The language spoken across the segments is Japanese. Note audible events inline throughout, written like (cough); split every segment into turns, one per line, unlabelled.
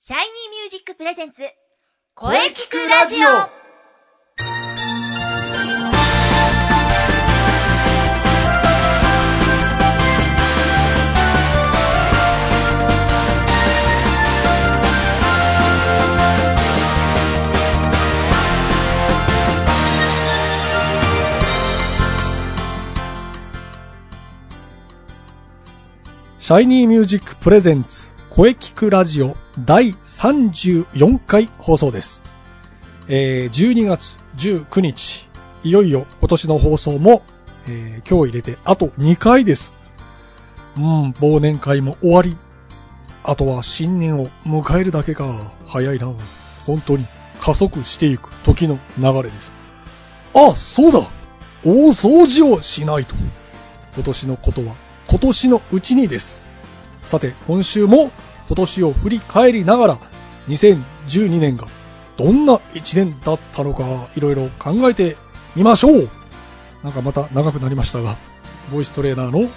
シャイニーミュージックプレゼンツ、
声聞くラジオ
シャイニーミュージックプレゼンツ声聞くラジオ第34回放送です。えー12月19日、いよいよ今年の放送も、えー今日入れてあと2回です。うん、忘年会も終わり。あとは新年を迎えるだけか。早いな。本当に加速していく時の流れです。あ、そうだ大掃除をしないと。今年のことは今年のうちにです。さて、今週も今年を振り返りながら、2012年がどんな1年だったのか、いろいろ考えてみましょうなんかまた長くなりましたが、ボイストレーナーの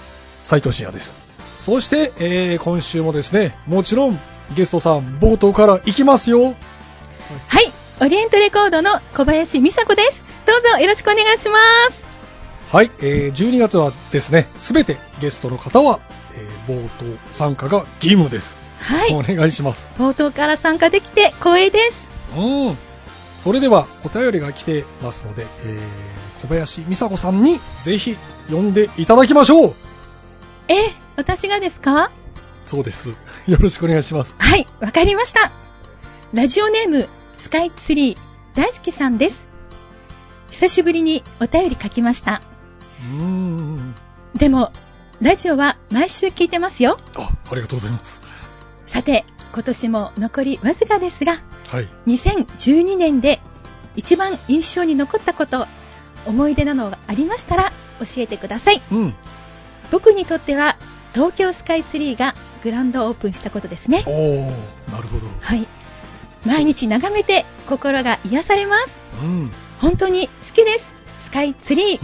斉藤慎也です。そして、えー今週もですね、もちろんゲストさん冒頭から行きますよ
はい、オリエントレコードの小林美佐子です。どうぞよろしくお願いします。
はい、えー12月はですね、すべてゲストの方は、えー冒頭参加が義務です。
はい
お、願いします。
冒頭から参加できて光栄です。
うん。それではお便りが来てますので、えー小林美佐子さんにぜひ呼んでいただきましょう
え、私がですか
そうです。よろしくお願いします。
はい、わかりました。ラジオネーム、スカイツリー、大好きさんです。久しぶりにお便り書きました。
うーん。
でも、ラジオは毎週聞いてますよ。
あ、ありがとうございます。
さて、今年も残りわずかですが、
はい。
2012年で一番印象に残ったこと思い出なのがありましたら教えてください
うん。
僕にとっては東京スカイツリーがグランドオープンしたことですね
おー、なるほど。
はい毎日眺めて心が癒されます
うん。 (laughs) よ
本当に好きですスカイツリー
っ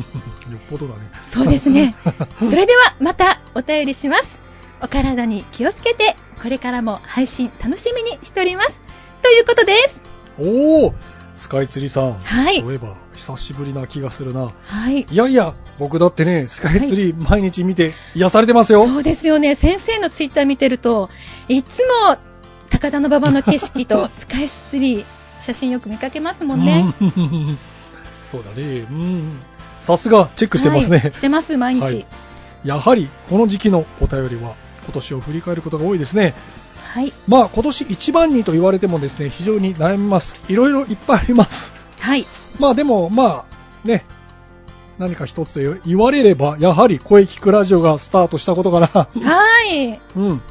ぽどだね。
そうです (laughs) ねそれではまたお便りしますお体に気をつけてこれからも配信楽しみにしておりますということです
おー、スカイツリーさん。
はい
そういえば、久しぶりな気がするな。
はい
いやいや、僕だってね、スカイツリー毎日見て癒されてますよ。
そうですよね。先生のツイッター見てると、いつも高田の馬場の景色
(laughs)
とスカイツリー、写真よく見かけますもんね。
うん。 (laughs) そうだね。うん。さすが、チェックしてますね。
はいしてます、毎日。
は
はいい。
やはり、この時期のお便りは、今年を振り返ることが多いですね。
はい。
まあ、今年一番にと言われてもですね、非常に悩みます。いろいろいっぱいあります。まあ、でも、まあ、ね、何か一つで言われれば、やはり声聞くラジオがスタートしたことかな。 (laughs)
はい。
うん。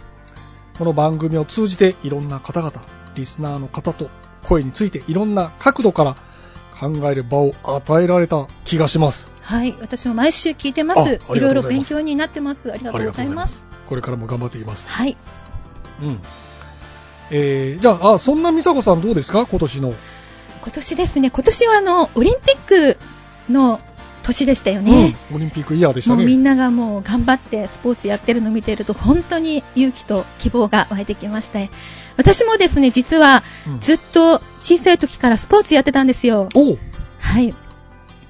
この番組を通じていろんな方々、リスナーの方と声についていろんな角度から考える場を与えられた気がします。
はい。私も毎週聞いてま
ああり
す
がとうございます
いろいろ勉強になってます。ありがとうございます。
ありがとうございます。これからも頑張っていきます。
はい。
うん。えー、じゃあ、あそんな美佐子さんどうですか今年の。
今年ですね、今年はあの、オリンピックの年でしたよね。
うん。オリンピックイヤーでした
もうみ
ね。
んながもう頑張ってスポーツやってるの見てると本当に勇気と希望が湧いてきまして私もですね実は
うん
ずっと小さい時からスポーツやってたんですよ。
おう
はい。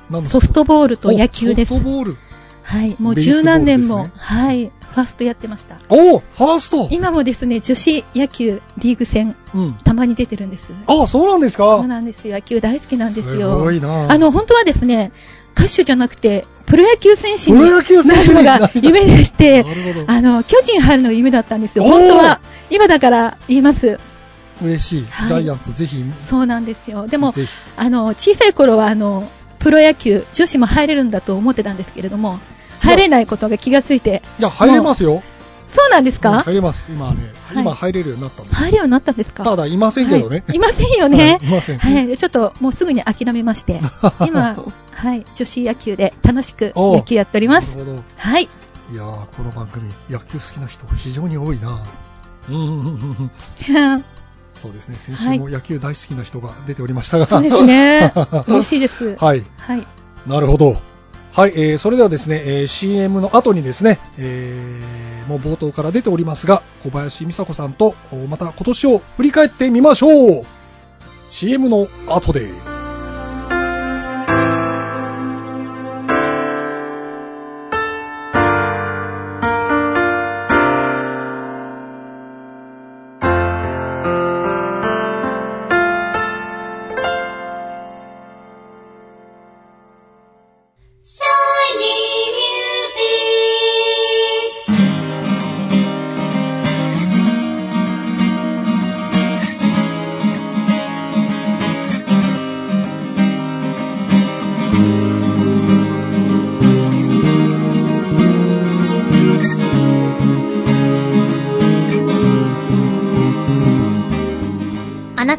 なんだ
ソフトボールと野球です
おソ。フトボール。
はい。もう
ベースボール
十何年
で
も、
すね
はい。ファーストやってました。
おうファースト
今もですね、女子野球リーグ戦、
うん。
たまに出てるんです。
あ、そうなんです
そう
か
なんですよ。野球大好きなんですよ。
すごいな
あの、本当はですね、歌手じゃなくて、プロ野球選手に
プロ野球選手にな
な
りた
るの
い
が夢でして
な、るほど。
あの、巨人入るのが夢だったんですよ。
おー
本当は、今だから言います。
嬉しい。ジ
はい
ャイアンツぜひ。
そうなんですよ。でも、
ぜひ。
あの、小さい頃は、あの、プロ野球、女子も入れるんだと思ってたんですけれども、入れないことが気がついて、
いや、入れますよ。
そうなんです
うん
か
入れます。今はね、
はい
今入れるようになったんです。
入るようになったんですか
ただ、いませんけどね。。
はい、いませんよね
いません。
はい、ちょっともうすぐに諦め
(laughs)
まして、今、はい、女子野球で楽しく
おう
野球やっておりま
な
す。
るほど。
はい、
いやー、この番組、野球好きな人非常に多いなうんうんうんうん。そうですね、先週も野球大好きな人が出ておりましたが。
そうですね。美味しいです。
(laughs) はい。
はい、
なるほど。はい、えー、それではですね、えー、CM の後にですね、えーーもう冒頭から出ておりますが、小林美佐子さんとおまた今年を振り返ってみましょう !CM の後で。
Shiny Music
あな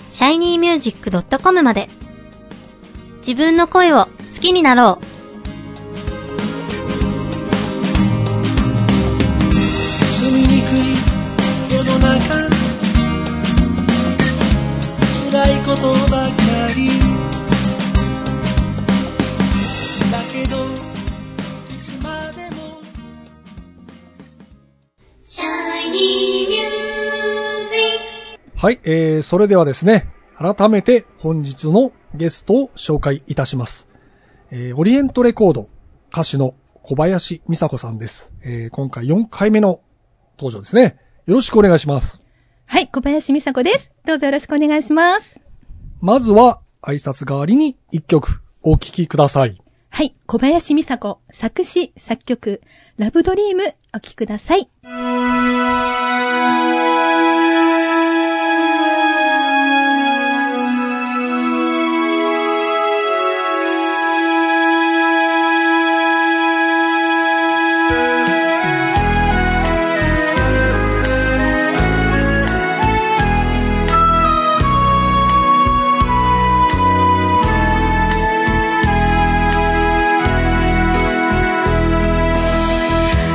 shinymusic.com まで。自分の声を好きになろう。
住みにくい世の中辛いことばかりだけどいつまでも
Shiny Music
はい、えー、それではですね、改めて本日のゲストを紹介いたします。えー、オリエントレコード歌手の小林美佐子さんです。えー、今回4回目の登場ですね。よろしくお願いします。
はい、小林美佐子です。どうぞよろしくお願いします。
まずは挨拶代わりに1曲お聴きください。
はい、小林美佐子、作詞、作曲、ラブドリーム、お聴きください。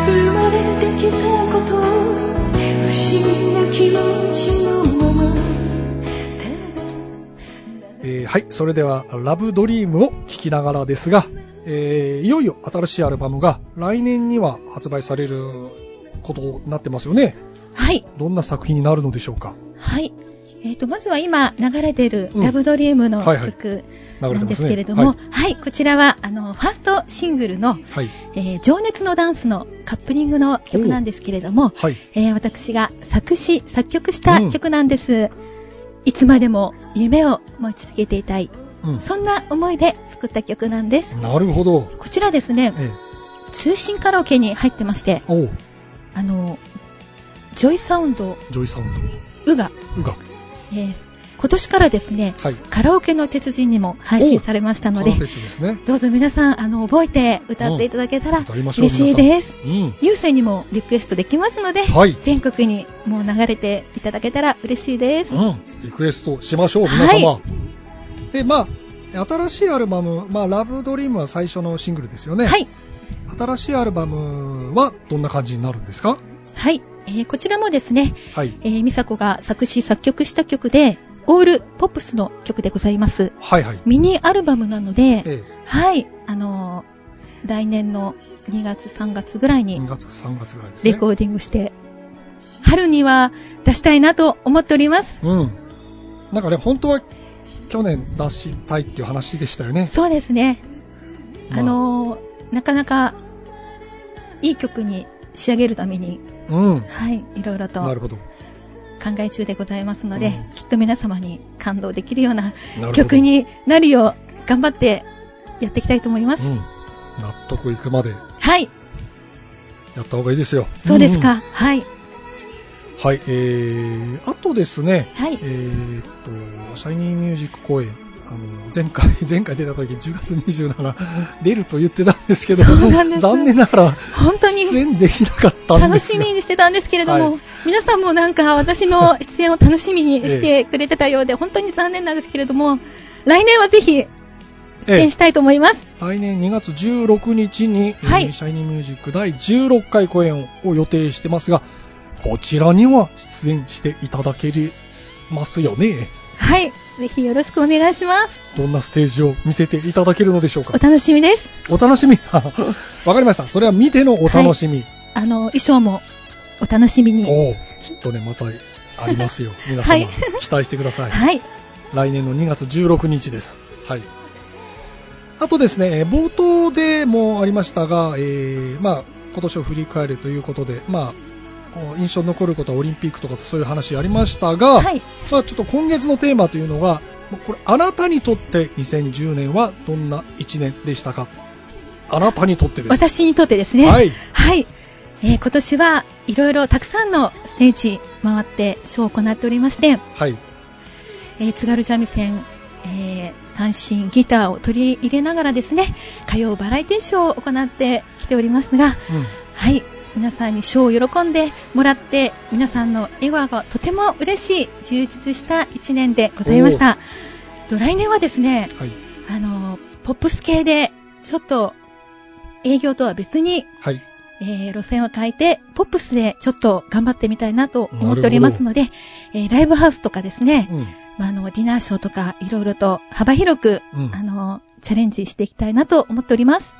生まれてきたこと不思議な気持ちのまま
えーはい、それではラブドリームを聴きながらですが、えー、いよいよ新しいアルバムが来年には発売されることになってますよね。
はい、
どんな作品になるのでしょうか
はい。えっ、と、まずは今流れている
うん
ラブドリームの
はいはい
曲
流れ
な
てま
んですす
ね。
けれども、はい、こちらは、あの、ファーストシングルの、
はい。
えー情熱のダンスのカップリングの曲なんですけれども、
はい。
えー私が作詞、作曲した
うん
曲なんです。いつまでも夢を持ち続けていたい。
う
そんな思いで作った曲なんです。
ん。なるほど。
こちらですね、
ええ。
通信カラオケに入ってまして、
おう、
あの、ジョイサウンド、
ジョイサウン
ウが、
ド。うが。
えー今年からですね、
はい。
カラオケの鉄人にも配信されましたので
こ、鉄ですね。
どうぞ皆さん、あの、覚えて歌っていただけたら
歌いましょう。
嬉しいです。
皆さ
優勢にもリクエストできますので、
ん。うん。はい。
全国にもう流れていただけたら嬉しいです。
うん。リクエストしましょう、皆様。で、まあ、新しいアルバム、まあ、ラブドリームは最初のシングルですよね。
はい。
新しいアルバムはどんな感じになるんですか
はい。えーこちらもですね、
はい。
えー、美佐子が作詞作曲した曲で、オールポップスの曲でございます。
はいはい。
ミニアルバムなので、
え
はい、あのー来年の2月3月ぐら
え、
い
2
に
月、3月ぐらいですね。
レコーディングして、春には出したいなと思っております。
うん。なんかね、本当は去年出したいっていう話でしたよね。
そうですね。
まあ
あのーなかなかいい曲に仕上げるために、
うん。
はい、いろいろと
なる
考
ほど。
え中でございますので、
うん
きっと皆様に感動できるような
なるほど
曲になるよう頑張ってやっていきたいと思います。
うん。納得いくまで
はい、
やった方がいいですよ。
そうですか。はい、
うん。はい、えー、あとですね、
はい
え。ーっと、シャイニーミュージック公演、あの前回、 (laughs) 前回出た時10月27出ると言ってたんですけど、
そうなんです
残念ながら
本当に
出演できなかったん
楽
です
し
が
みにしてたんですけれども、
はい
皆さんもなんか私の出演を楽しみにしてくれてたようで、本当に残念なんですけれども、来年はぜひ出
ええ
演したいと思います。
来年2月16日に、
はい
えーシャイニーミュージック第16回公演を予定してますが、こちらには出演していただけますよね。
はい、ぜひよろしくお願いします。
どんなステージを見せていただけるのでしょうか。
お楽しみです。
お楽しみ。 (laughs) わかりました。それは見てのお楽しみ。
あの衣装もお楽しみに。
おうきっとね、またありますよ。皆様、
はい (laughs)
期待してください。
はい、
来年の2月16日です。はい。あとですね、えー冒頭でもありましたが、えーまあ、今年を振り返るということで、まあ、こう印象に残ることはオリンピックとかそういう話ありましたが、
はい、
まあ、ちょっと今月のテーマというのが、まあこれ、あなたにとって2010年はどんな1年でしたかあなたにとってです。
私にとってですね。
はい。
はい、えー今年はいろいろたくさんのステージ回ってショーを行っておりまして、
はい。
えー津軽三味線、えー三振ギターを取り入れながらですね歌謡バラエティショーを行ってきておりますがはい皆さんに賞を喜んでもらって皆さんの笑顔がとても嬉しい充実した1年でございましたと来年はですね
うん。はい。
あのポップス系でちょっと営業とは別に
はい。
えー路線を変えて、ポップスでちょっと頑張ってみたいなと思っておりますので、えーライブハウスとかですね、
うん。
まあ、あの、ディナーショーとか、いろいろと幅広く、
うん
あの、チャレンジしていきたいなと思っております。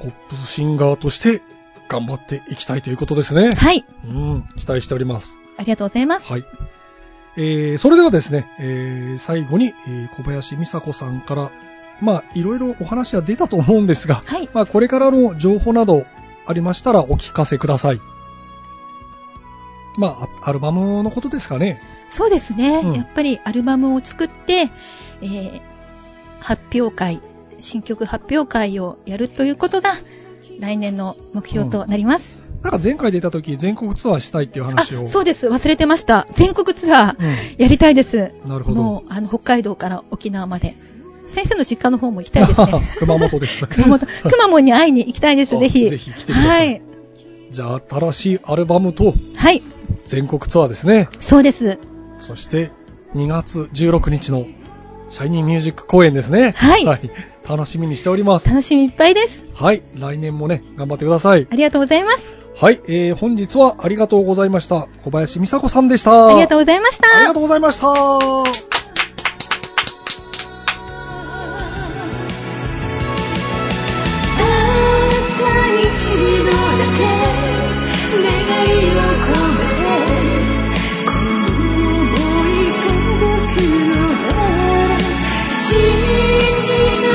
ポップスシンガーとして頑張っていきたいということですね。
はい。
うん、期待しております。
ありがとうございます。
はい。えー、それではですね、えー、最後に、えー小林美佐子さんから、まあ、いろいろお話は出たと思うんですが、
はい。
まあ、これからの情報などありましたらお聞かせください。まあ、アアルバムのことですかね。
そうですね。
うん
やっぱりアルバムを作って、えー発表会、新曲発表会をやるということが、来年の目標となります。
なんか前回出た時、全国ツアーしたいっていう
あ、
話を。
そうです。忘れてました。全国ツアー、やりたいです。
うん。なるほど。
もう、あの、北海道から沖縄まで。先生の実家の方も行きたいですね。
(laughs) 熊本です。
熊本、熊本に会いに行きたいです、
あ
ぜひ。
ぜひ来てください
はい。
じゃあ、新しいアルバムと
はい、
全国ツアーですね。
そうです。
そして2月16日のシャイニーミュージック公演ですね。
はい
楽しみにしております。
楽しみいっぱいです。
はい。来年もね、頑張ってください。
ありがとうございます。
はい。えー、本日はありがとうございました。小林美佐子さんでした。
ありがとうございました。
ありがとうございました。
たった一度だけ願いを込めてこの想い届くのなら信じら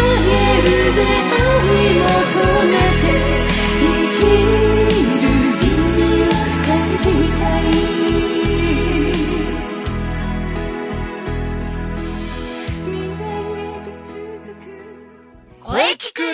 れるで愛を込めて生きる意味を感じたい未来へと続く
声聞く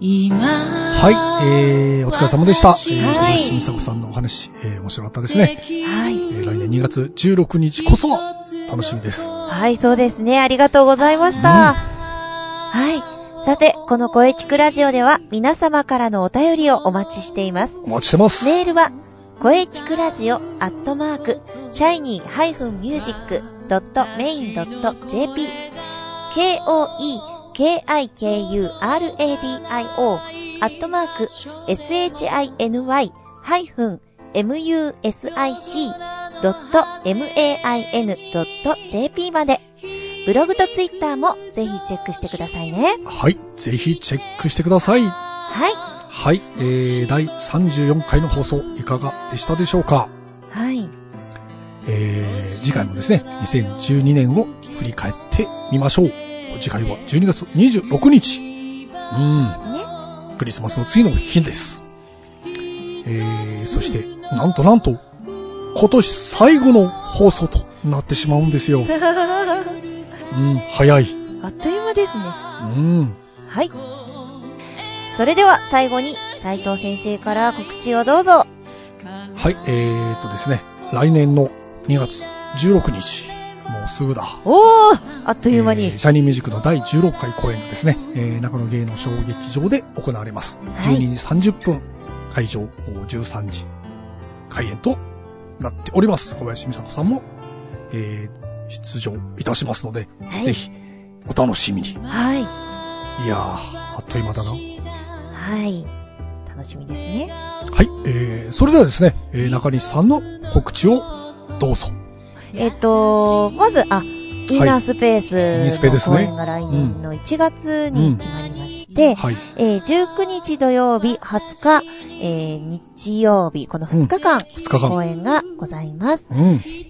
はい、えー、お疲れ様でした。えー、
はい
小林美佐子さんのお話、えー、面白かったですね。
はい
え。ー、来年2月16日こそは楽しみです。
はい、そうですね。ありがとうございました。はい。さて、この声聞くラジオでは皆様からのお便りをお待ちしています。
お待ちしてます。
メールは、声聞くラジオアットマーク、シャイニー -music.main.jp、k-o-e-k-i-k-u-r-a-d-i-o アットマーク、shiny-music.main.jp まで、ブログとツイッターもぜひチェックしてくださいね。
はい、ぜひチェックしてください。
はい。
はい、えー、第34回の放送いかがでしたでしょうか
はい。
えー、次回もですね、2012年を振り返ってみましょう。次回は12月26日。うん、
ね。
クリスマスの次の日です。えー、そして、なんとなんと、今年最後の放送となってしまうん
(laughs)
ですよ。うん、早い。
あっという間ですね。
うん。
はい。それでは最後に斉藤先生から告知をどうぞ。
はい、えー、っとですね、来年の2月16日、もうすぐだ。
おーあっという間に。
えーシャイニーミュージックの第16回公演がですね、えー中野芸能小劇場で行われます。
い
12時30分、会場13時、開演となっております。小林美佐子さんも、えー出場いたしますので、
はい
ぜひ、お楽しみに。い
はい。
やー、あっという間だな。はい、
はい。楽しみですね。
えー、それではですね、えー中西さんの告知をどうぞ。
えっと、まず、あ、インナースペ
イ
ー
ンナースペースで
ス
す
の
ね
公演が来年の1月に決まりまして、
はい。
えー19日土曜日、20日、えー日曜日、この2日間、
2日
公
間。
演がございます。
うん。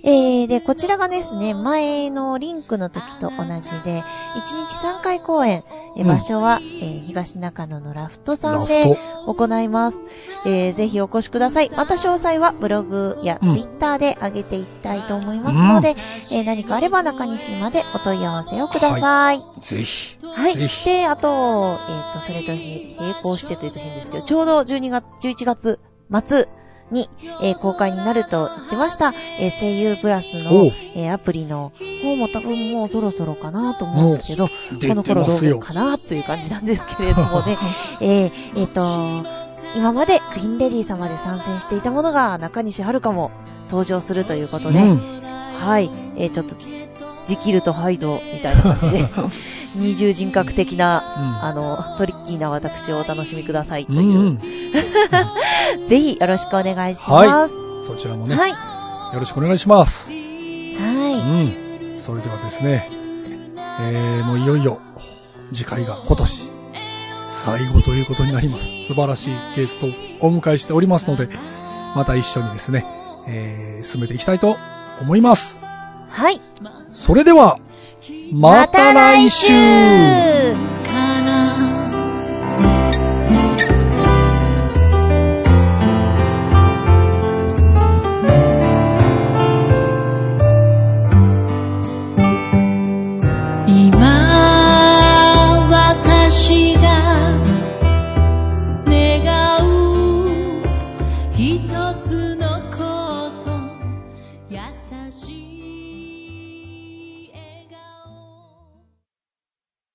えー、で、こちらがですね、前のリンクの時と同じで、1日3回公演、え
うん
場所は、えー東中野のラフトさ
ラ
ん
フ
で
ト。
行います、えーぜひお越しください。また詳細はブログやツイ
うん
ッターで上げていきたいと思いますので、えー何かあれば中西までお問い合わせをください。
ぜひ。
はい。
ぜひ
で、あと、えっ、と、それと並行してというと変ですけど、ちょうど12月、11月末に、えー公開になると言ってました、えー声優プラス
お
の
う、
えーアプリの方も多分もうそろそろかなと思うんですけど、こ
出
の
て
頃
ま
どう
す
なる
よ。
かなという感じなんですけれど
(laughs)
もね、えーえっ、と、今までクイーンレディー様で参戦していたものが中西遥も登場するということで、
うん。
はい、えーちょっと、ジキルとハイドみたいな感
(laughs)
じで、二重人格的な、あの、トリッキーな私をお楽しみくださいと
う
い
ん。
う、
うん。
ぜひよろしくお願いします。
そちらもね、
はい。
よろしくお願いします。う
は
ん。それではですね、えー、もういよいよ、次回が今年、最後ということになります。素晴らしいゲストをお迎えしておりますので、また一緒にですね、えー、進めていきたいと思います。
い。はい。
それでは、また来週
今私が願う一つ